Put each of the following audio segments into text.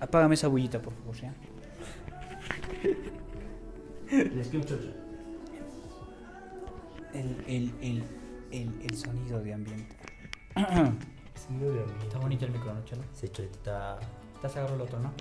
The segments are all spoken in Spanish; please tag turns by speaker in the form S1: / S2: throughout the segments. S1: apágame esa bullita, por favor, ¿ya?
S2: Les quiero chocho.
S1: El, el, el, el, el sonido de ambiente.
S3: Está bonito el micro, ¿no, Chelo?
S2: Se chuletita.
S3: Te has agarrado el otro, ¿no?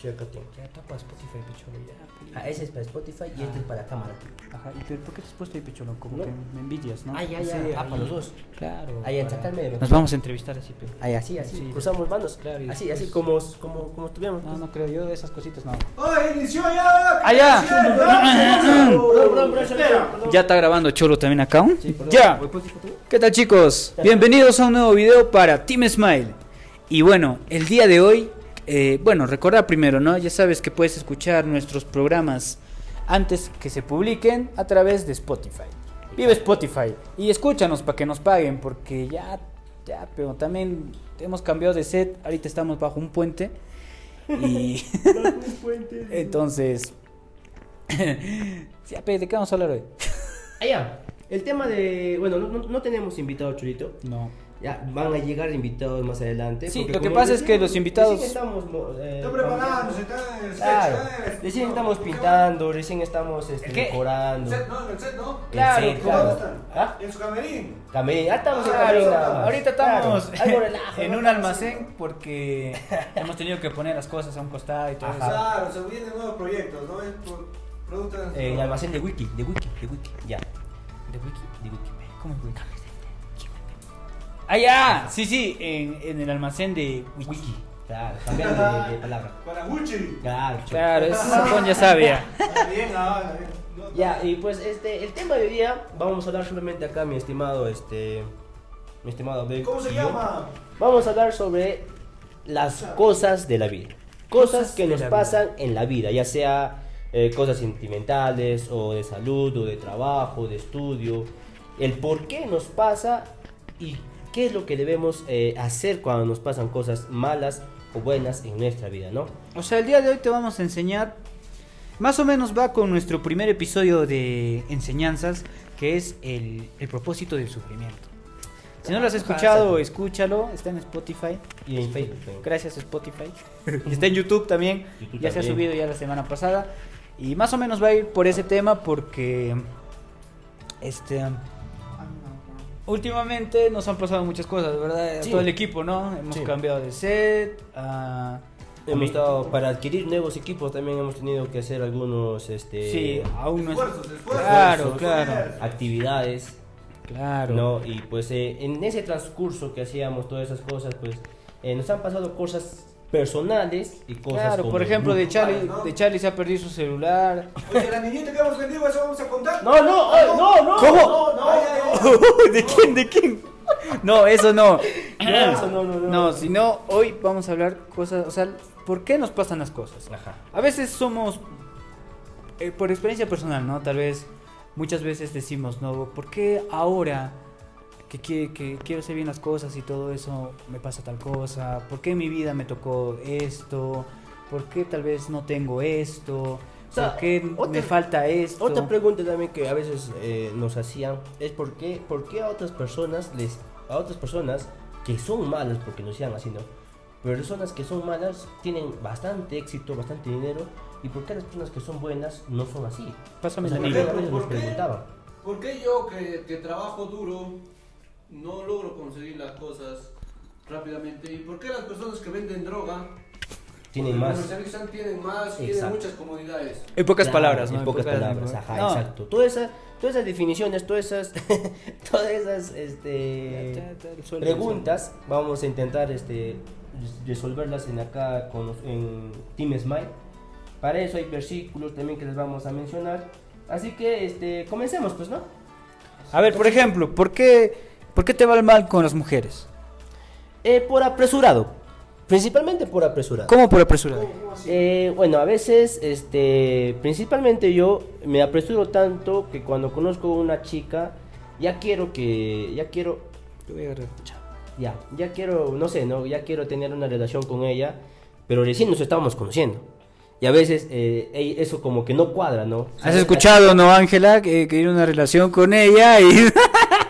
S2: Chuecatín.
S3: Ya tapa Spotify, picholo, ya.
S2: Ah, ese es para Spotify y este es para cámara.
S1: Ajá, ¿y pero por qué te has puesto ahí, pecholo? Como
S2: No.
S1: que me envidias, ¿no?
S2: Ah, ya, ya.
S3: Sí,
S2: ah, para
S3: ahí.
S2: los dos.
S3: Claro.
S2: Ahí, en
S3: para-
S2: sacarme de
S1: Nos
S2: los.
S1: vamos a entrevistar así, pero...
S2: Ahí, así, así.
S3: Sí.
S2: Cruzamos manos.
S3: Claro, y
S2: así,
S3: después-
S2: así como, como, como estuviéramos.
S1: No, no creo, yo de esas cositas no.
S4: ¡Oh, inició ya!
S1: ¡Allá!
S2: Perdón, perdón, perdón,
S4: Espera.
S2: perdón.
S1: Ya está grabando Cholo también acá. ¿um?
S2: perdón.
S1: ya.
S2: ¿Voy, pues, hijo, tú?
S1: ¿Qué tal chicos? Bienvenidos a un nuevo video para Team Smile. Y bueno, el día de hoy, eh, bueno, recordar primero, ¿no? Ya sabes que puedes escuchar nuestros programas antes que se publiquen a través de Spotify. Vive Spotify y escúchanos para que nos paguen porque ya, ya, pero también hemos cambiado de set, ahorita estamos bajo un puente y entonces... ya, pero ¿de qué vamos a hablar hoy?
S2: Allá. El tema de. Bueno, no, no- no tenemos invitado, Chulito.
S1: No.
S2: Ya van a llegar invitados más adelante.
S1: Sí,
S2: porque
S1: lo que
S2: como
S1: pasa es que
S2: recién-
S1: los invitados-
S2: Recién estamos. mo- eh,
S4: Está preparado, se está en el set,
S2: Claro.
S4: se está en el-
S2: Recién estamos pintando, recién estamos este,
S1: ¿Qué?
S2: decorando.
S4: Set, no, en el set, ¿no?
S2: Claro,
S4: ¿Cómo
S2: claro.
S4: están?
S2: ¿Ah?
S4: ¿Y en su camerín?
S2: También, ya estamos en
S4: Claro,
S2: camino.
S1: Ahorita estamos
S2: Claro, algo relajo,
S1: en
S2: ¿no?
S1: un almacén porque hemos tenido que poner las cosas a un costado y todo eso.
S4: Claro, se vienen nuevos proyectos, ¿no? Es por- producto de nuestro-
S2: Eh, En el almacén de Wiki, de Wiki, de Wiki. Ya,
S1: ¿De wiki?
S2: de Wiki.
S1: ¿Cómo es wiki? Ah, ya. Sí, sí, en, en el almacén de wiki.
S2: Claro, cambiando de, de palabra.
S4: Para Gucci.
S2: Claro, chulo.
S1: Claro, ese sapón ya sabía.
S4: Ah, bien, ah, bien. No,
S2: Ya, y pues este, el tema de hoy día, vamos a hablar solamente acá, mi estimado, este. Mi estimado Abel.
S4: ¿Cómo se
S2: y yo.
S4: llama?
S2: Vamos a hablar sobre las cosas de la vida. Cosas que
S1: de
S2: nos
S1: la
S2: pasan en la vida, ya sea eh, cosas sentimentales o de salud o de trabajo, de estudio. El por qué nos pasa y qué es lo que debemos eh, hacer cuando nos pasan cosas malas o buenas en nuestra vida, ¿no?
S1: O sea, el día de hoy te vamos a enseñar. Más o menos va con nuestro primer episodio de enseñanzas, que es el, el propósito del sufrimiento. Si no lo has escuchado, escúchalo. Está en Spotify.
S2: Y en Facebook. también.
S1: Gracias Spotify. Está en YouTube también.
S2: YouTube
S1: ya se ha
S2: también.
S1: subido ya la semana pasada. Y más o menos va a ir por ese tema porque este últimamente nos han pasado muchas cosas, ¿verdad? A
S2: Sí.
S1: Todo el equipo, ¿no? Hemos
S2: Sí.
S1: cambiado de set. ah,
S2: Hemos estado, para adquirir nuevos equipos también hemos tenido que hacer algunos, este,
S1: Sí, aún no es-
S4: Eh, Esfuerzos, esfuerzos.
S1: Claro,
S4: esfuerzos.
S1: claro.
S2: actividades.
S1: Claro.
S2: No, y pues eh, en ese transcurso que hacíamos todas esas cosas, pues eh, nos han pasado cosas personales y cosas
S1: Claro,
S2: como
S1: por ejemplo, de
S2: luto.
S1: Charlie,
S4: ¿no?
S1: de Charlie se ha perdido su celular.
S4: Oye, la niñita que hemos vendido, eso vamos a contar.
S2: No, no, ay, no, no.
S1: ¿Cómo?
S2: No, no,
S4: Ay, ay, ay.
S1: ¿De quién? ¿De quién? No, eso no.
S2: No, eso no, no, no.
S1: No, sino hoy vamos a hablar cosas, o sea, ¿por qué nos pasan las cosas?
S2: Ajá.
S1: A veces somos, eh, por experiencia personal, ¿no? Tal vez muchas veces decimos, no, ¿por qué ahora que, qui- que quiero hacer bien las cosas y todo eso me pasa tal cosa? ¿Por qué en mi vida me tocó esto? ¿Por qué tal vez no tengo esto?
S2: O sea,
S1: ¿Por qué me
S2: otra-
S1: falta esto?
S2: Otra pregunta también que a veces eh, nos hacían es por qué, por qué a otras personas les a otras personas que son malas porque nos sigan haciendo personas que son malas tienen bastante éxito, bastante dinero y por qué las personas que son buenas no son así.
S1: Pásame
S2: O sea,
S1: la
S4: por
S1: liga.
S2: a veces
S4: ¿Por
S2: nos
S4: qué?
S2: preguntaban.
S5: ¿Por qué yo que, que trabajo duro no logro conseguir las cosas rápidamente? ¿Y por qué las personas que venden droga
S2: Tienen
S5: o
S2: más.
S5: comercializan, tienen más, tienen
S2: Exacto.
S5: muchas comodidades?
S1: En pocas
S2: Claro,
S1: palabras, ¿no?
S2: En pocas palabras, ajá,
S1: No,
S2: exacto. Todas esas, todas esas definiciones, todas esas, todas esas, este,
S1: eh,
S2: preguntas, vamos a intentar, este, res- resolverlas en acá con, los- en Team Smile. Para eso hay versículos también que les vamos a mencionar. Así que, este, comencemos, pues, ¿no?
S1: A ver, por ejemplo, ¿por qué, ¿por qué te va el mal con las mujeres?
S2: Eh, por apresurado, principalmente por apresurado.
S1: ¿Cómo por apresurado?
S4: ¿Cómo así?
S2: Eh, bueno, a veces, este, principalmente yo me apresuro tanto que cuando conozco a una chica, ya quiero que, ya quiero,
S1: Yo voy a agarrar.
S2: ya, ya quiero, no sé, no, ya quiero tener una relación con ella, pero recién nos estábamos conociendo. Y a veces eh, ey, eso como que no cuadra, ¿no?
S1: ¿Has escuchado, no, Ángela? Que, que tiene una relación con ella y...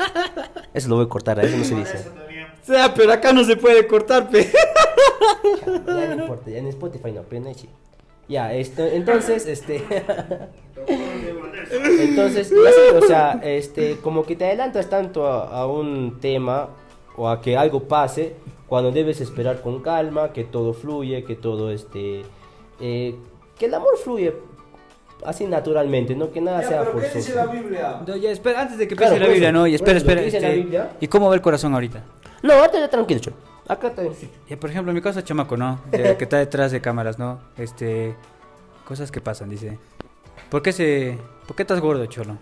S2: Eso lo voy a cortar, a eso no se
S4: Para
S2: dice.
S4: eso también.
S1: O sea, pero acá no se puede cortar, pe.
S2: Ya, ya no importa, ya en Spotify no, pero no hay chi. Ya, esto, entonces, este. entonces, ya sé, o sea, este, como que te adelantas tanto a, a un tema o a que algo pase cuando debes esperar con calma, que todo fluye, que todo este. eh, que el amor fluye así naturalmente, no que nada
S4: Ya,
S2: sea
S4: pero ¿qué dice
S2: forzoso.
S4: la Biblia?
S1: No, ya, espera, antes de que
S2: Claro,
S1: pase la
S2: por
S1: Biblia,
S2: eso.
S1: no, y espera, espera.
S2: Bueno, lo que dice la
S1: este,
S2: Biblia.
S1: ¿Y cómo va el corazón ahorita?
S2: No, ahorita ya tranquilo, che. Acá está bien.
S1: Ya, por ejemplo, mi cosa chamaco, ¿no? De- que está detrás de cámaras, ¿no? Este. Cosas que pasan, dice. ¿Por qué se. ¿Por qué estás gordo, Cholo?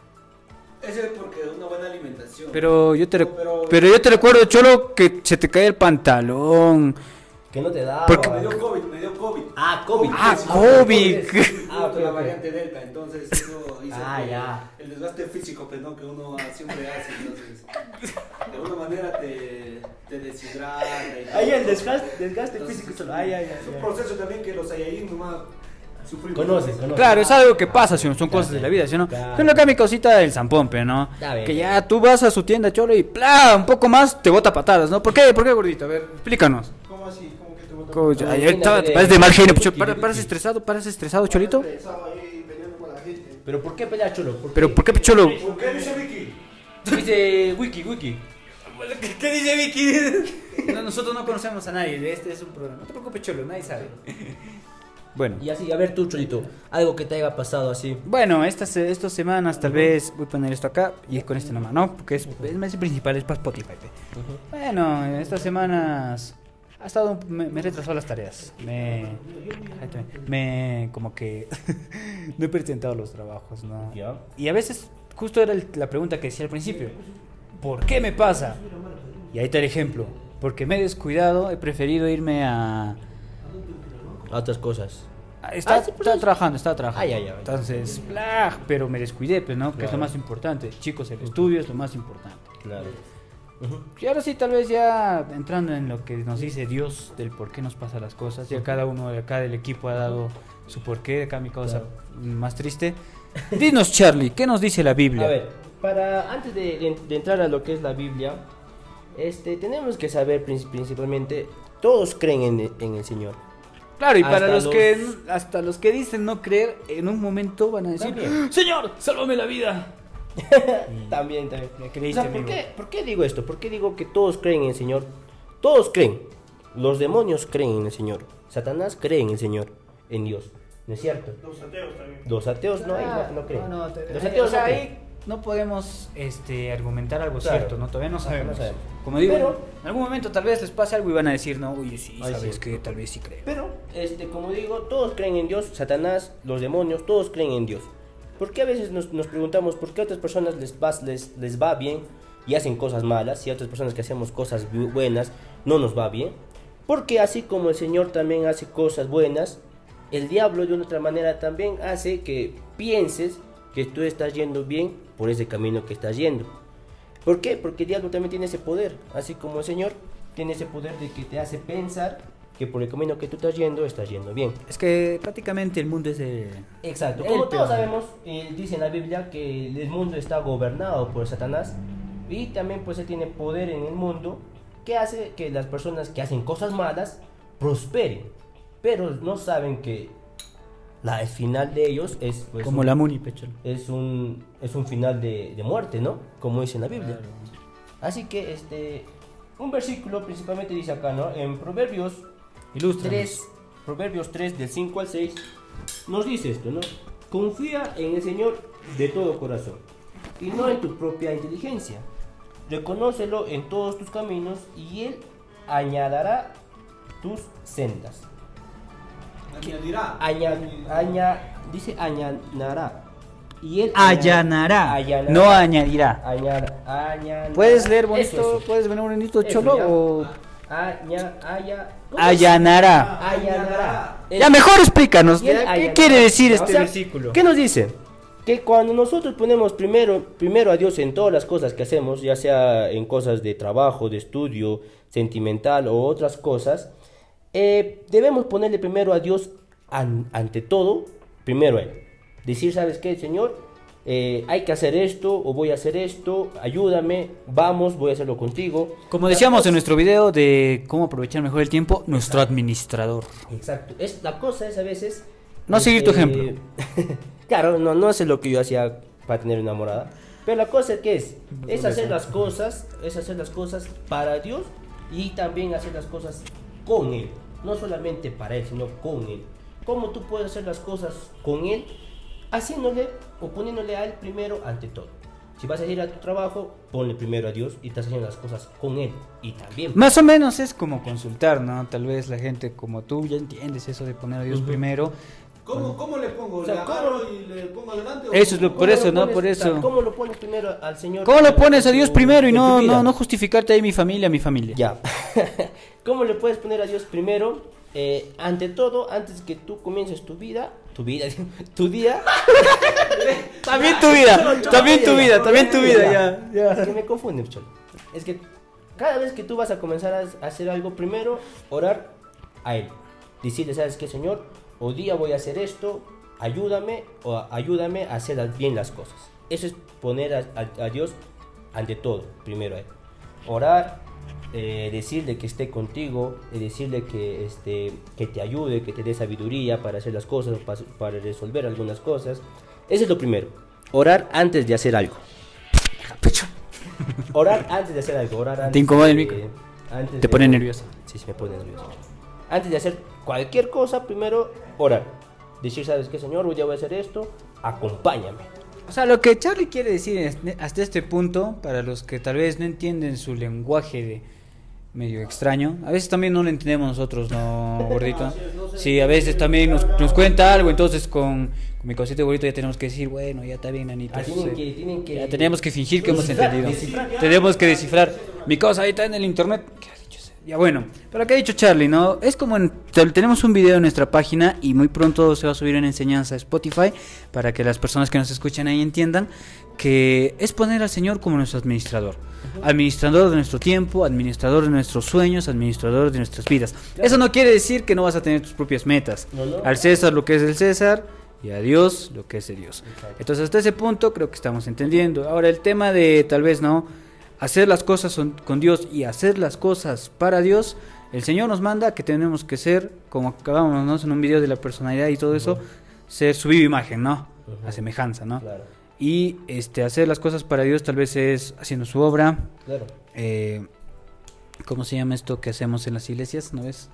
S5: Ese es porque es una buena alimentación.
S1: Pero yo te, rec-
S5: Pero-
S1: pero yo te recuerdo, Cholo, que se te cae el pantalón.
S2: Que no te da.
S1: Porque-
S4: Me dio COVID, me dio COVID.
S2: Ah, COVID.
S1: Ah,
S2: Sí,
S1: COVID.
S2: Ah,
S5: Ah,
S2: ok,
S5: la
S2: ok.
S5: variante Delta, entonces eso hizo
S2: Ah,
S5: que
S2: ya.
S5: el desgaste físico pues, ¿no? que uno siempre hace, entonces de alguna manera te, te deshidrata. y todo.
S2: Ahí el desgaste, desgaste físico solo. Ay, ay,
S5: Es un
S2: ay.
S5: proceso también que los Saiyajin nomás sufrimos.
S2: Conoces, conoces.
S1: Claro, es algo que pasa, ¿sí? son cosas de la vida, ¿sí? ¿no?
S2: Claro.
S1: Yo no acá mi cosita del zampompe, ¿no?
S2: Está bien.
S1: Que ya tú vas a su tienda, Cholo, y ¡plá! Un poco más te bota patadas, ¿no? ¿Por qué? ¿Por qué, gordito? A ver, explícanos.
S4: ¿Cómo así? ¿Cómo que te botó?
S1: Co-
S2: Ah,
S1: Ayer
S2: mira,
S1: estaba,
S2: mire.
S1: pareces de mal genio, Cholo. Para- ¿Pareces estresado? ¿Pareces estresado, Cholito?
S4: Estaba ahí peleando con la gente.
S2: Pero ¿por qué pelea Cholo?
S1: Pero ¿por qué, Cholo?
S4: ¿Por qué dice Vicky?
S2: Dice Wiki, Wiki.
S1: ¿Qué dice Vicky? nosotros no conocemos a nadie, este es un programa. No te preocupes, Cholo, nadie sabe. Bueno.
S2: Y así, a ver tú, Cholito, algo que te haya pasado así.
S1: Bueno, estas, eh, estas semanas tal vez voy a poner esto acá y con este nomás, ¿no? Porque es, es más principal, es para Spotify. pe. Bueno, estas semanas ha estado, un- me, me retrasó las tareas. Me, ay, te- me como que no he presentado los trabajos, ¿no?
S2: Ya.
S1: Y a veces, justo era el- la pregunta que decía al principio, ¿por qué me pasa? Y ahí está el ejemplo, porque me he descuidado, he preferido irme a...
S2: A otras cosas.
S1: Ah, Está,
S2: Ah, sí, por
S1: está
S2: eso.
S1: trabajando, está trabajando.
S2: Ay, ay, ay.
S1: Entonces, bla, pero me descuidé, pues, ¿no? Que es lo
S2: Claro.
S1: más importante. Chicos, el estudio es lo más importante.
S2: Claro.
S1: Y ahora sí, tal vez ya entrando en lo que nos dice Dios del por qué nos pasan las cosas. Ya cada uno de acá del equipo ha dado su porqué, acá mi cosa más triste. Dinos, Charlie, ¿qué nos dice la Biblia?
S2: A ver, para antes de, de- de entrar a lo que es la Biblia, este, tenemos que saber princi- principalmente, todos creen en, en el Señor.
S1: Claro, y para
S2: Hasta
S1: los, que
S2: los-
S1: hasta los que dicen no creer, en un momento van a decir,
S2: También.
S1: "Señor, sálvame la vida."
S2: También, también.
S1: Me
S2: Mm. O
S1: creíste,
S2: sea, ¿por,
S1: amigo.
S2: qué, ¿Por qué digo esto? ¿Por qué digo que todos creen en el Señor? Todos creen. Los demonios creen en el Señor. Satanás cree en el Señor, en Dios. ¿No es cierto?
S4: Los ateos también.
S2: Los ateos no, hay, no, no creen.
S1: Ah, No, no, te-
S2: Los
S1: ahí-
S2: ateos
S1: o sea,
S2: no creen.
S1: ahí no podemos este, argumentar algo
S2: Claro.
S1: cierto, ¿no? Todavía no
S2: Ajá,
S1: sabemos.
S2: no sabemos.
S1: Como digo,
S2: Pero-
S1: en algún momento tal vez les pase algo y van a decir, no, oye, sí,
S2: Ay,
S1: sabes
S2: sí.
S1: que tal vez sí creo.
S2: Pero, este, como digo, todos creen en Dios, Satanás, los demonios, todos creen en Dios. ¿Por qué a veces nos, nos preguntamos por qué a otras personas les va, les, les va bien y hacen cosas malas y a otras personas que hacemos cosas bu- buenas no nos va bien? Porque así como el Señor también hace cosas buenas, el diablo de una otra manera también hace que pienses que tú estás yendo bien por ese camino que estás yendo. ¿Por qué? Porque el diablo también tiene ese poder, así como el Señor tiene ese poder de que te hace pensar que por el camino que tú estás yendo, estás yendo bien.
S1: Es que prácticamente el mundo es de...
S2: Exacto.
S1: El
S2: Como todos
S1: peor.
S2: sabemos, eh, dice en la Biblia que el mundo está gobernado por Satanás y también pues él tiene poder en el mundo que hace que las personas que hacen cosas malas prosperen, pero no saben que la, el final de ellos es pues,
S1: como
S2: un-
S1: la Muni, pecho.
S2: es un, es un final de, de muerte, ¿no? Como dice en la Biblia. Así que, este, un versículo principalmente dice acá, ¿no? En Proverbios
S1: Ilustra.
S2: 3, Proverbios 3, del 5 al 6, nos dice esto, ¿no? Confía en el Señor de todo corazón y no en tu propia inteligencia. Reconócelo en todos tus caminos y Él añadirá tus sendas.
S5: Añadirá.
S2: Aña- aña- dice añadirá. Y Él
S1: Allanará,
S2: allanará.
S1: no añadirá.
S2: Añar, añar,
S1: ¿Puedes leer bonito?
S2: Eso, eso.
S1: ¿Puedes venir bonito,
S2: Eso,
S1: Cholo?
S2: ya.
S1: O...
S2: Aña, aya, ¿cómo es?
S1: Allanará.
S2: Allanará.
S1: Ya mejor explícanos,
S2: Y el
S1: ya, ¿qué
S2: allanará.
S1: quiere decir
S2: O
S1: este
S2: sea,
S1: versículo?
S2: ¿Qué nos dice? Que cuando nosotros ponemos primero, primero a Dios en todas las cosas que hacemos, ya sea en cosas de trabajo, de estudio, sentimental o otras cosas, eh, debemos ponerle primero a Dios an- ante todo, primero a Él. Decir, ¿sabes qué, Señor? eh, hay que hacer esto o voy a hacer esto, ayúdame, vamos, voy a hacerlo contigo.
S1: Como decíamos en nuestro video de cómo aprovechar mejor el tiempo, nuestro administrador.
S2: Exacto. Es, la cosa es a veces... este,
S1: No seguir tu ejemplo.
S2: claro, no, no sé lo que yo hacía para tener una morada. Pero la cosa que es, es hacer las cosas, es hacer las cosas para Dios y también hacer las cosas con Él. No solamente para Él, sino con Él. ¿Cómo tú puedes hacer las cosas con Él? Haciéndole o poniéndole a Él primero ante todo. Si vas a ir a tu trabajo, ponle primero a Dios y estás haciendo las cosas con Él y también.
S1: Más o menos es como consultar, ¿no? Tal vez la gente como tú ya entiendes eso de poner a Dios primero.
S5: ¿Cómo, ¿Cómo le pongo?
S2: sea,
S5: ¿Le
S2: ¿cómo?
S5: agarro y le pongo adelante? o
S1: Eso es lo-
S5: cómo?
S1: por
S2: ¿Cómo
S1: eso,
S2: lo
S1: ¿no?
S2: pones-
S1: Por eso.
S2: ¿Cómo lo pones primero al Señor?
S1: ¿Cómo lo pones a Dios
S2: En tu-
S1: primero y
S2: en tu
S1: no,
S2: vida?
S1: no, no justificarte ahí mi familia, mi familia?
S2: Ya. ¿Cómo le puedes poner a Dios primero? Eh, ante todo, antes que tú comiences tu vida, tu vida, tu día.
S1: También tu vida, también tu vida, también tu vida, ya.
S2: Es que me confunde, cholo. Es que cada vez que tú vas a comenzar a hacer algo, primero orar a Él. Decirle, ¿sabes qué, Señor? Hoy día voy a hacer esto, ayúdame o a- ayúdame a hacer las- bien las cosas. Eso es poner a, a- a Dios ante todo, primero a Él. Orar, eh, decirle que esté contigo, eh, decirle que, este, que te ayude, que te dé sabiduría para hacer las cosas, para, para resolver algunas cosas. Eso es lo primero, orar antes de hacer algo. Orar antes de hacer algo, orar antes.
S1: incomoda el
S2: de-
S1: micro?
S2: antes
S1: Te
S2: de-
S1: pone nervioso.
S2: Sí, sí, me pone nervioso. Antes de hacer cualquier cosa, primero orar. Decir, ¿sabes qué, señor? Hoy día voy a hacer esto, acompáñame.
S1: O sea, lo que Charlie quiere decir es, ne- hasta este punto, para los que tal vez no entienden su lenguaje de medio extraño, a veces también no lo entendemos nosotros, ¿no, gordito? Sí, a veces también nos, nos cuenta algo, entonces con, con mi cosito gordito ya tenemos que decir, bueno, ya está bien, Anita.
S2: Ah,
S1: sí.
S2: tienen que- tienen que-
S1: Ya tenemos que fingir que hemos
S2: Descifrar,
S1: entendido.
S2: descifrar.
S1: Tenemos que descifrar. Mi cosa ahí está en el internet. ¿Qué ha dicho ese? Ya bueno, pero ¿qué ha dicho Charlie? No, es como en- te- tenemos un video en nuestra página y muy pronto se va a subir en enseñanza a Spotify para que las personas que nos escuchan ahí entiendan que es poner al Señor como nuestro administrador, administrador de nuestro tiempo, administrador de nuestros sueños, administrador de nuestras vidas. Eso no quiere decir que no vas a tener tus propias metas.
S2: No, no.
S1: Al César lo que es el César y a Dios lo que es de Dios.
S2: Exacto.
S1: Entonces hasta ese punto creo que estamos entendiendo. Ahora el tema de tal vez no hacer las cosas son- con Dios y hacer las cosas para Dios, el Señor nos manda que tenemos que ser, como acabamos ¿no? en un video de la personalidad y todo eso, ser su viva imagen, ¿no?
S2: Ujú.
S1: A semejanza, ¿no?
S2: Claro,
S1: Y este hacer las cosas para Dios tal vez es haciendo su obra,
S2: claro.
S1: eh, ¿cómo se llama esto que hacemos en las iglesias? ¿No ves?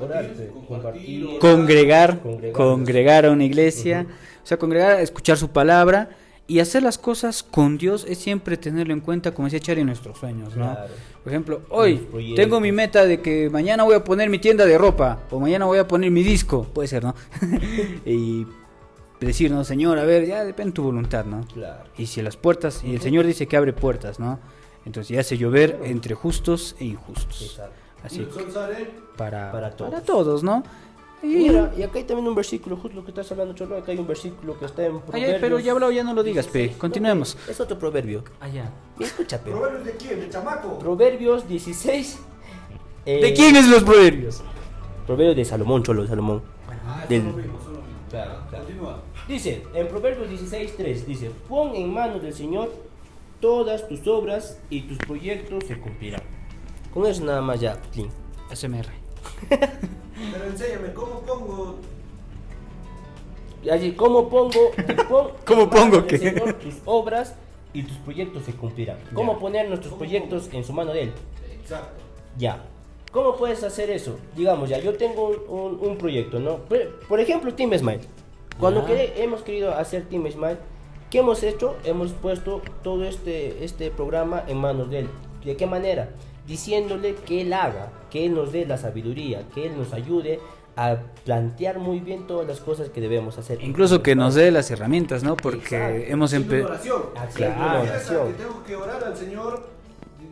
S2: Orarte,
S5: Compartir, compartir,
S2: pues, compartir.
S5: orar.
S1: congregar,
S2: Congregar.
S1: congregar a una iglesia, o sea, congregar, escuchar su palabra y hacer las cosas con Dios es siempre tenerlo en cuenta, como decía Charlie, nuestros sueños, ¿no?
S2: Claro.
S1: Por ejemplo,
S2: Los
S1: hoy
S2: proyectos.
S1: tengo mi meta de que mañana voy a poner mi tienda de ropa o mañana voy a poner mi disco, puede ser, ¿no? y decir, no, Señor, a ver, ya depende de tu voluntad, ¿no?
S2: claro.
S1: Y si las puertas, y el Señor dice que abre puertas, ¿no? Entonces y hace llover entre justos e injustos.
S2: Exacto.
S5: Y
S1: Así
S5: el sol sale.
S1: para,
S2: Para
S1: Ah. para, todos.
S2: todos.
S1: ¿no? Y-
S2: Mira, y acá hay también un versículo, justo lo que estás hablando, Cholo. Acá hay un versículo que está en
S1: Ay,
S2: Proverbios.
S1: ay, pero ya hablado, ya no lo digas, pe.
S2: 16.
S1: Continuemos.
S2: Es otro proverbio.
S1: Allá.
S2: Mira, Escucha, pe.
S4: ¿Proverbios de quién? ¿De chamaco?
S2: Proverbios 16. eh,
S1: ¿De quiénes los proverbios?
S2: Proverbios de Salomón, Cholo, de Salomón.
S5: Ah,
S2: Del-
S5: eso es lo mismo, eso es lo mismo.
S2: Claro, claro.
S5: Continúa.
S2: Dice, en Proverbios 16.3, dice, pon en manos del Señor todas tus obras y tus proyectos se cumplirán. Con eso nada más ya, Plin.
S1: SMR.
S5: Pero enséñame, ¿cómo pongo?
S2: Así, ¿Cómo pongo, pon
S1: ¿Cómo
S2: en manos
S1: pongo
S2: del
S1: qué?
S2: Señor tus obras y tus proyectos se cumplirán? ¿Cómo poner nuestros proyectos en su mano de Él?
S5: Exacto.
S2: Ya. ¿Cómo puedes hacer eso? Digamos, ya, yo tengo un, un- un proyecto, ¿no? Por- Por ejemplo, Team Smile. Cuando
S1: Ya.
S2: quere- hemos querido hacer Team Smile, ¿qué hemos hecho? Hemos puesto todo este, este programa en manos de él. ¿De qué manera? Diciéndole que él haga, que él nos dé la sabiduría, que él nos ayude a plantear muy bien todas las cosas que debemos hacer.
S1: Incluso que nos dé las herramientas, ¿no? Porque
S2: Exacto.
S1: hemos
S5: Es una
S1: empezado.
S5: oración.
S2: Ah, claro.
S5: Si empiezas a
S2: oración.
S5: que tengo que orar al Señor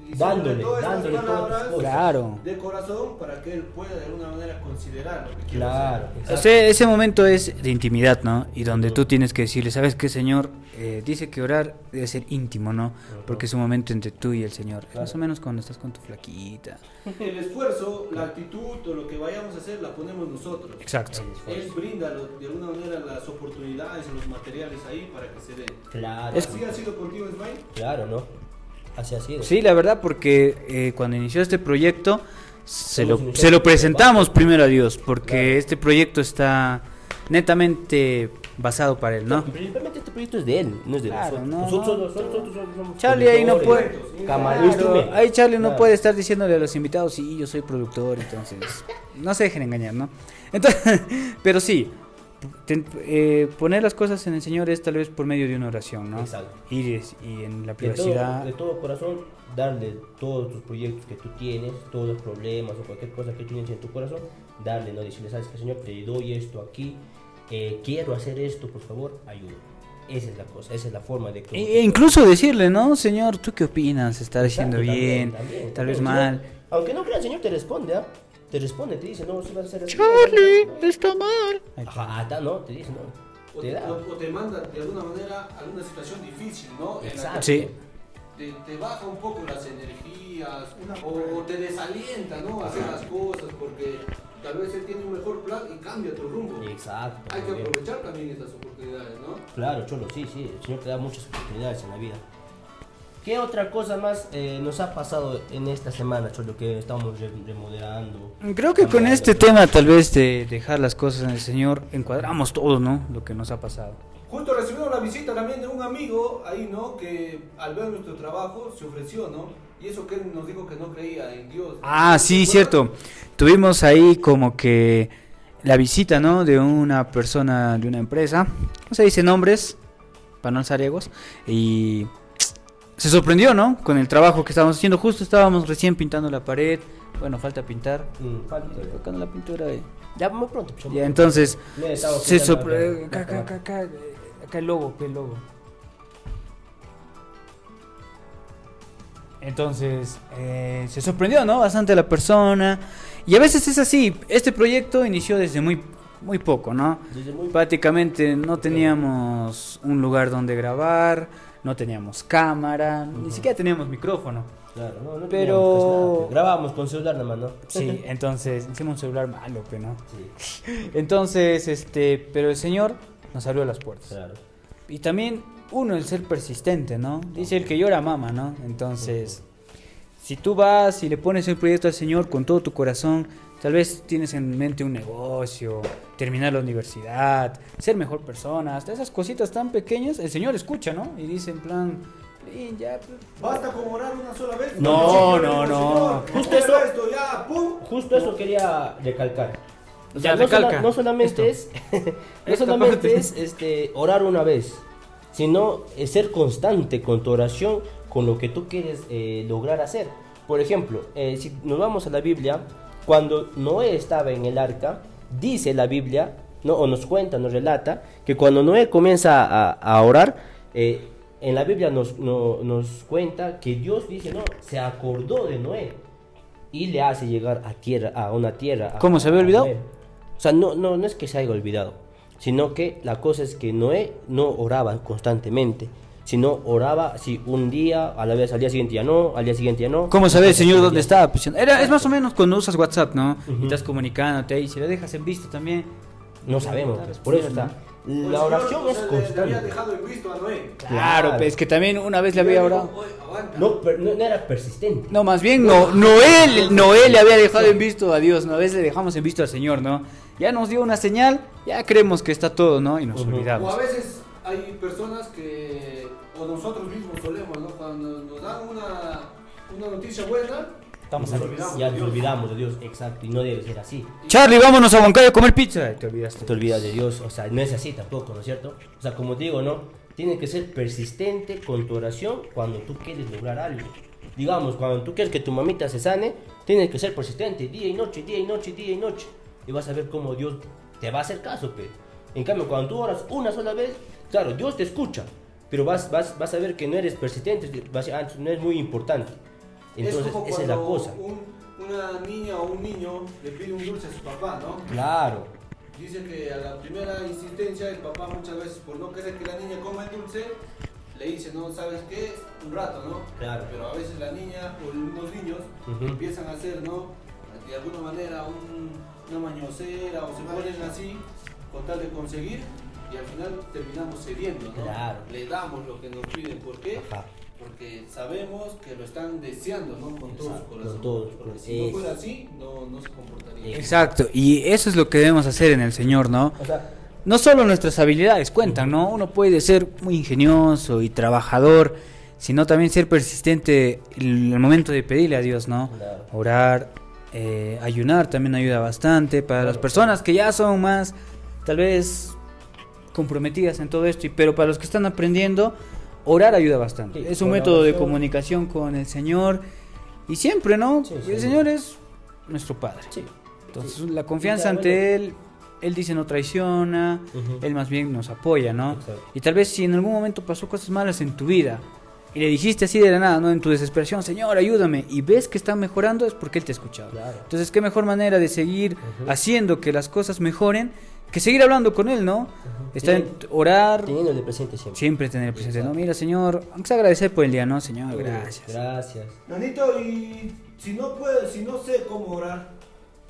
S5: y- y sobre
S2: dándole,
S5: todo estas
S2: dándole todas las
S5: palabras
S2: cosas.
S1: Claro.
S5: de corazón para que él pueda de alguna manera considerar lo que quiere
S2: Claro,
S5: hacer.
S1: O
S2: exacto.
S1: sea, ese momento es de intimidad, ¿no? Y donde tú tienes que decirle, ¿sabes qué, Señor? Eh, dice que orar debe ser íntimo, ¿no? Porque es un momento entre tú y el Señor. Es Más o menos cuando estás con tu flaquita.
S5: El esfuerzo, la actitud o lo que vayamos a hacer la ponemos nosotros.
S1: Exacto.
S5: Él brinda lo- de alguna manera las oportunidades o los materiales ahí para que se den.
S2: Claro,
S1: Es-
S5: ¿Así ha sido contigo, Ismael?
S2: claro, ¿no? Así ha sido.
S1: Sí, la verdad, porque eh, cuando inició este proyecto, se
S2: Hemos
S1: lo,
S2: iniciado
S1: se lo
S2: con
S1: presentamos primero a Dios, porque
S2: Claro.
S1: este proyecto está netamente basado para Él, ¿no?
S2: Principalmente este proyecto es de él, no es de
S1: Claro,
S2: nosotros.
S1: no,
S2: nosotros,
S1: no.
S2: nosotros, nosotros somos
S1: Charlie ahí no
S2: productores,
S5: puede.
S2: camar-
S1: Claro,
S2: instrumentos.
S1: ahí Charlie no
S2: Claro.
S1: puede estar diciéndole a los invitados, sí, yo soy productor, entonces no se dejen engañar, ¿no? Entonces, pero sí, ten- eh, poner las cosas en el Señor es tal vez por medio de una oración, ¿no?
S2: Exacto.
S1: Ir es- y en la
S2: De todo,
S1: privacidad.
S2: de todo corazón, darle todos tus proyectos que tú tienes, todos los problemas o cualquier cosa que tú tienes en tu corazón, darle, no decirle, sabes que Señor, te doy esto aquí, eh, quiero hacer esto, por favor, ayúdame. Esa es la cosa, esa es la forma de
S1: E- e incluso decirle, ¿no? Señor, ¿tú qué opinas? ¿Estar haciendo
S2: Exacto, también,
S1: bien?
S2: también,
S1: tal
S2: también,
S1: vez
S2: el Señor,
S1: mal.
S2: Aunque no crea, el Señor te responde, ¿ah? Te responde, te dice, no, sí vas a hacer así.
S1: está mal.
S2: Ajá, ah, está, no, te dice, no.
S5: O
S2: Te
S5: te,
S2: da.
S5: o- o te manda de alguna manera a alguna situación difícil, ¿no? En la que
S2: Exacto.
S1: Sí.
S5: Te, te baja un poco las energías o, o te desalienta, ¿no? A hacer las cosas porque tal vez él tiene un mejor plan y cambia tu rumbo.
S2: Exacto.
S5: Hay que
S2: muy bien.
S5: aprovechar también esas oportunidades, ¿no?
S2: Claro, Cholo, sí, sí, el Señor te da muchas oportunidades en la vida. ¿Qué otra cosa más eh, nos ha pasado en esta semana, Cholo, que estamos re- remodelando?
S1: Creo que con
S2: cambiando,
S1: este
S2: ¿no?
S1: tema, tal vez, de dejar las cosas en el Señor, encuadramos todo, ¿no? Lo que nos ha pasado.
S5: Justo recibimos la visita también de un amigo ahí, ¿no? Que al ver nuestro trabajo se ofreció, ¿no? Y eso que él nos dijo que no creía en Dios.
S1: Ah, sí, cierto. Tuvimos ahí como que la visita, ¿no? De una persona de una empresa. No se dice nombres, para no alzar egos. Y se sorprendió, ¿no? Con el trabajo que estábamos haciendo. Justo estábamos recién pintando la pared. Bueno, falta pintar.
S2: Mm, falta todavía.
S1: Tocando la pintura. eh.
S2: Ya muy pronto, Cholo.
S1: Y entonces
S2: No, estamos
S1: se
S2: pintando
S1: sorprendió.
S2: acá,
S1: Acá, acá, acá, acá, eh, acá el logo, el logo. Entonces, eh, se sorprendió, ¿no? Bastante la persona. Y a veces es así. Este proyecto inició desde muy, muy poco, ¿no?
S2: Desde muy
S1: Prácticamente no teníamos un lugar donde grabar, no teníamos cámara, ni siquiera teníamos micrófono.
S2: Claro, no, no teníamos
S1: Pero-
S2: casi nada, pero grabamos con celular nada más, ¿no?
S1: Sí, entonces hicimos un celular malo, pe, ¿no?
S2: Sí,
S1: Entonces, este, pero el señor nos abrió las puertas.
S2: claro.
S1: Y también uno el ser persistente, ¿no? Dice el que llora mama, ¿no? Entonces, si tú vas y le pones el proyecto al Señor con todo tu corazón, tal vez tienes en mente un negocio, terminar la universidad, ser mejor persona, hasta esas cositas tan pequeñas, el Señor escucha, ¿no? Y dice en plan, "Plin, ya, pues,
S5: Basta con orar una sola vez.
S1: No,
S5: Señor,
S1: no,
S5: Señor,
S1: no.
S5: Señor,
S2: Justo eso.
S5: Esto ya, pum.
S2: Justo eso quería recalcar. O
S1: Ya,
S2: sea, no,
S1: recalca.
S2: sola- no solamente es no
S1: Esta
S2: solamente
S1: parte.
S2: es este orar una vez, sino es ser constante con tu oración, con lo que tú quieres eh, lograr hacer. Por ejemplo, eh, si nos vamos a la Biblia, cuando Noé estaba en el arca, dice la Biblia, no, o nos cuenta, nos relata, que cuando Noé comienza a, a orar, eh, en la Biblia nos, no- nos cuenta que Dios dice, no, se acordó de Noé y le hace llegar a tierra, a una tierra. a-
S1: ¿Cómo, se había
S2: a
S1: olvidado?
S2: Noé. O sea, no, no, no es que se haya olvidado, sino que la cosa es que Noé no oraba constantemente, sino oraba si un día, a la vez al día siguiente ya no, al día siguiente ya no.
S1: ¿Cómo saber el señor dónde
S2: Ya.
S1: está? Pues, era- es más o menos cuando usas WhatsApp, ¿no? Y estás comunicándote ahí, si lo dejas en visto también.
S2: No sabemos, pues, por eso está.
S5: O el
S2: La
S5: Señor,
S2: oración
S5: o
S2: es
S5: sea, le- Le había
S2: constante.
S5: dejado en visto a Noé.
S1: Claro,
S2: Claro.
S1: pues, es que también una vez le había
S5: Dijo,
S1: orado.
S5: "Oye, aguanta".
S2: No, per- no, no era persistente.
S1: No, más bien no, Noé, Noé le había dejado en visto a Dios, ¿no? A veces le dejamos en visto al Señor, ¿no? Ya nos dio una señal, ya creemos que está todo, ¿no? Y nos
S2: Ujú.
S5: O a
S1: olvidamos.
S5: veces hay personas que, o nosotros mismos solemos, ¿no? Cuando nos dan una, una noticia buena,
S1: Estamos
S5: nos
S1: aquí.
S5: olvidamos.
S2: Ya
S5: de
S2: nos
S5: Dios.
S2: olvidamos de Dios, exacto, y no debe ser así.
S1: Charlie, vámonos a Huancayo a comer pizza. Te olvidaste.
S2: te olvidas de Dios, o sea, no es así tampoco, ¿no es cierto? O sea, como te digo, no, tienes que ser persistente con tu oración cuando tú quieres lograr algo. Digamos, cuando tú quieres que tu mamita se sane, tienes que ser persistente día y noche, día y noche, día y noche. Y vas a ver cómo Dios te va a hacer caso, pe. En cambio, cuando tú oras una sola vez, claro, Dios te escucha, pero vas, vas, vas a ver que no eres persistente, vas a decir, "Ah, entonces no es muy importante.
S5: es
S2: Entonces,
S5: como
S2: esa es
S5: cuando
S2: la cosa.
S5: un- una niña o un niño le pide un dulce a su papá, ¿no?
S2: Claro,
S5: Dice que a la primera insistencia el papá muchas veces por no querer que la niña coma el dulce le dice, no, ¿sabes qué? Un rato, ¿no?
S2: Claro.
S5: Pero a veces la niña o los niños
S2: Ujú.
S5: empiezan a hacer, ¿no? De alguna manera un- una mañosera o se ponen así con tal de conseguir y al final terminamos cediendo, ¿no?
S2: Claro.
S5: Le damos lo que nos piden. ¿Por qué?
S2: ajá,
S5: Porque sabemos que lo están deseando, ¿no? Con todo su
S2: Exacto,
S5: corazón.
S2: con todo su
S5: Porque
S2: corazón.
S5: si no
S2: Eso.
S5: fuera así, no, no se comportaría.
S1: Exacto, y eso es lo que debemos hacer en el Señor, ¿no?
S2: o sea,
S1: No solo nuestras habilidades cuentan, ¿no? Uno puede ser muy ingenioso y trabajador, sino también ser persistente en el momento de pedirle a Dios, ¿no?
S2: Claro.
S1: Orar, eh, ayunar también ayuda bastante para las
S2: Claro,
S1: personas que ya son más, tal vez, comprometidas en todo esto, y, pero para los que están aprendiendo, orar ayuda bastante.
S2: Sí,
S1: es un
S2: con la
S1: método de
S2: oración.
S1: comunicación con el Señor y siempre, ¿no?
S2: Sí,
S1: Y el
S2: sí.
S1: Señor es nuestro Padre.
S2: sí.
S1: Entonces, la confianza
S2: Y ya,
S1: ante Él, Él dice no traiciona,
S2: Ujú.
S1: Él más bien nos apoya, ¿no?
S2: Exacto.
S1: Y tal vez si en algún momento pasó cosas malas en tu vida y le dijiste así de la nada, ¿no? En tu desesperación, Señor, ayúdame, y ves que está mejorando, es porque Él te ha escuchado.
S2: Claro.
S1: Entonces, ¿qué mejor manera de seguir
S2: Ujú.
S1: haciendo que las cosas mejoren que seguir hablando con Él, ¿no? Está en
S2: Teniendo-
S1: orar,
S2: Teniéndole presente siempre.
S1: siempre tener presente, ¿no?
S2: Exacto.
S1: Mira, Señor, aunque sea agradecer por el día, ¿no? Señor, gracias.
S2: Gracias.
S5: Nanito, y si no puedo, si no sé cómo orar,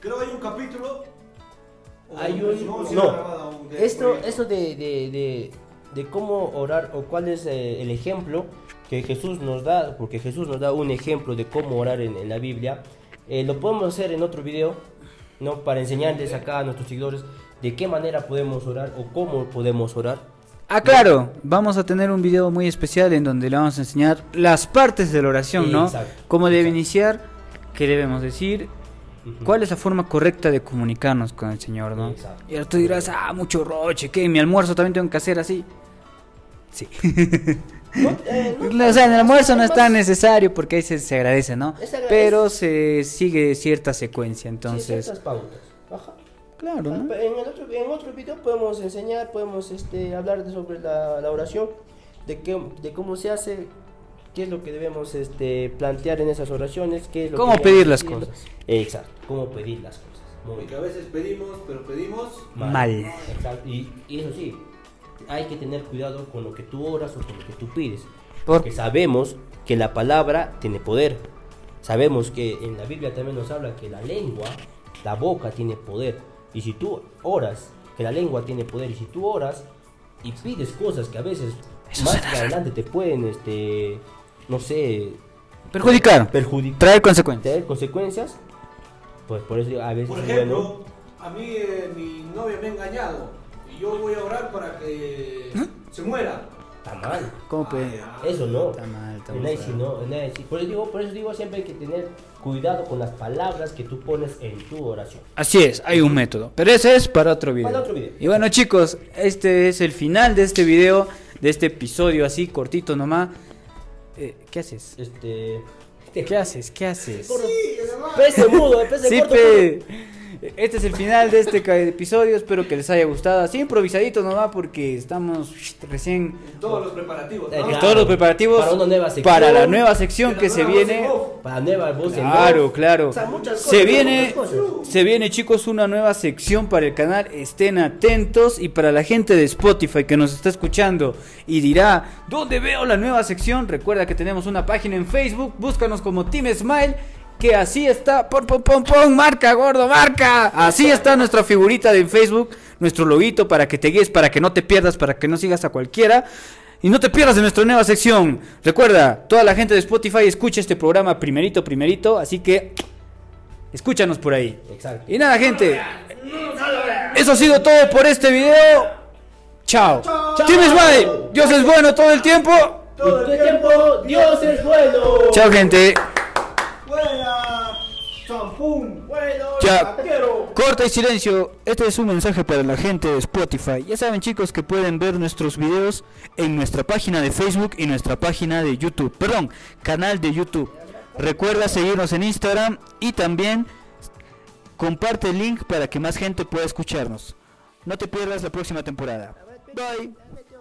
S5: creo hay un capítulo. o
S2: Hay un-
S5: no, si
S2: no.
S5: grabado aún de-
S2: Esto,
S5: de-
S2: esto de, de- de- de cómo orar o cuál es eh, el ejemplo que Jesús nos da, porque Jesús nos da un ejemplo de cómo orar en, en la Biblia, eh, lo podemos hacer en otro video, ¿no? Para enseñarles acá a nuestros seguidores de qué manera podemos orar o cómo podemos orar.
S1: Ah, claro, vamos a tener un video muy especial en donde le vamos a enseñar las partes de la oración, ¿no?
S2: Exacto,
S1: Cómo debe
S2: exacto.
S1: iniciar, qué debemos decir, cuál es la forma correcta de comunicarnos con el Señor, ¿no?
S2: Exacto.
S1: Y ahora tú dirás, ah, mucho roche, ¿qué? ¿Mi almuerzo también tengo que hacer así? Sí.
S2: No, eh, no,
S1: o sea, en el almuerzo no
S2: es
S1: es tan
S2: más-
S1: necesario porque ahí se, se agradece, ¿no?
S2: Es agradece.
S1: Pero se sigue cierta secuencia,
S2: sí,
S1: entonces...
S2: ciertas pautas. Ajá.
S1: claro, ¿no?
S2: Ah, En, el otro, en otro video podemos enseñar, podemos este, hablar de- sobre la, la oración, de, qué, de cómo se hace, qué es lo que debemos este, plantear en esas oraciones, qué es lo
S1: Cómo
S2: que debemos
S1: pedir las
S2: decirlo.
S1: cosas.
S2: Exacto, cómo pedir las cosas. Muy
S5: Porque
S2: bien.
S5: a veces pedimos, pero pedimos.
S1: Mal.
S2: Exacto, Y, y eso sí, hay que tener cuidado con lo que tú oras o con lo que tú pides.
S1: Por-
S2: Porque sabemos que la palabra tiene poder. Sabemos que en la Biblia también nos habla que la lengua, la boca tiene poder. Y si tú oras, que la lengua tiene poder, y si tú oras y pides cosas que a veces
S1: Eso
S2: más
S1: será.
S2: que adelante te pueden, este, no sé,
S1: Perjudicar,
S2: perjudicar,
S1: traer consecuencias.
S2: tener consecuencias, pues por eso digo, a veces
S5: Por
S2: es
S5: ejemplo,
S2: bueno.
S5: a mí eh, mi novia me ha engañado y yo voy a orar para que se muera.
S2: Está mal.
S1: ¿Cómo pedir?
S2: Eso no.
S1: Está mal, está
S2: En
S1: mal.
S2: ahí sí no, en ahí sí. Por eso digo, por eso digo siempre hay que tener cuidado con las palabras que tú pones en tu oración.
S1: Así es, hay un método. Pero ese es para otro video.
S2: Para otro video.
S1: Y bueno, chicos, este es el final de este video, de este episodio así cortito nomás. Eh, ¿Qué haces?
S2: Este.
S1: ¿Qué haces? ¿Qué haces?
S5: Sí, además.
S2: Pese mudo, eh, pese
S1: Sí,
S2: corto.
S1: pe. Este es el final de este ca- episodio. Espero que les haya gustado. Así improvisadito nomás porque estamos recién
S5: En todos los preparativos. ¿no?
S2: Eh,
S1: en
S2: claro.
S1: todos los preparativos
S2: Para una nueva sección.
S1: para la nueva sección
S5: la
S1: que se
S5: nueva voz en
S1: viene.
S5: off.
S2: Para nueva voz en
S1: Claro,
S2: off.
S1: claro.
S2: O sea, muchas cosas,
S1: se viene,
S2: muchas cosas.
S1: se viene, chicos, una nueva sección para el canal. Estén atentos y para la gente de Spotify que nos está escuchando y dirá dónde veo la nueva sección. Recuerda que tenemos una página en Facebook. Búscanos como Team Smile. Que así está, pon, pon, pon, pon, marca, gordo, marca. Así está nuestra figurita de Facebook, nuestro loguito para que te guíes, para que no te pierdas, para que no sigas a cualquiera. Y no te pierdas de nuestra nueva sección. Recuerda, toda la gente de Spotify escucha este programa primerito, primerito, así que escúchanos por ahí.
S2: Exacto.
S1: Y nada, gente. Eso ha sido todo por este video. Chao. Team Smile, Dios es bueno todo el tiempo.
S2: Todo el tiempo, Dios es bueno.
S1: Chao, gente.
S4: ¡Buena! ¡Champún!
S2: Bueno,
S1: Chao.
S2: vaquero.
S1: Corta y silencio. Este es un mensaje para la gente de Spotify. Ya saben, chicos, que pueden ver nuestros videos en nuestra página de Facebook y nuestra página de YouTube. Perdón, canal de YouTube. Recuerda seguirnos en Instagram y también comparte el link para que más gente pueda escucharnos. No te pierdas la próxima temporada. Bye.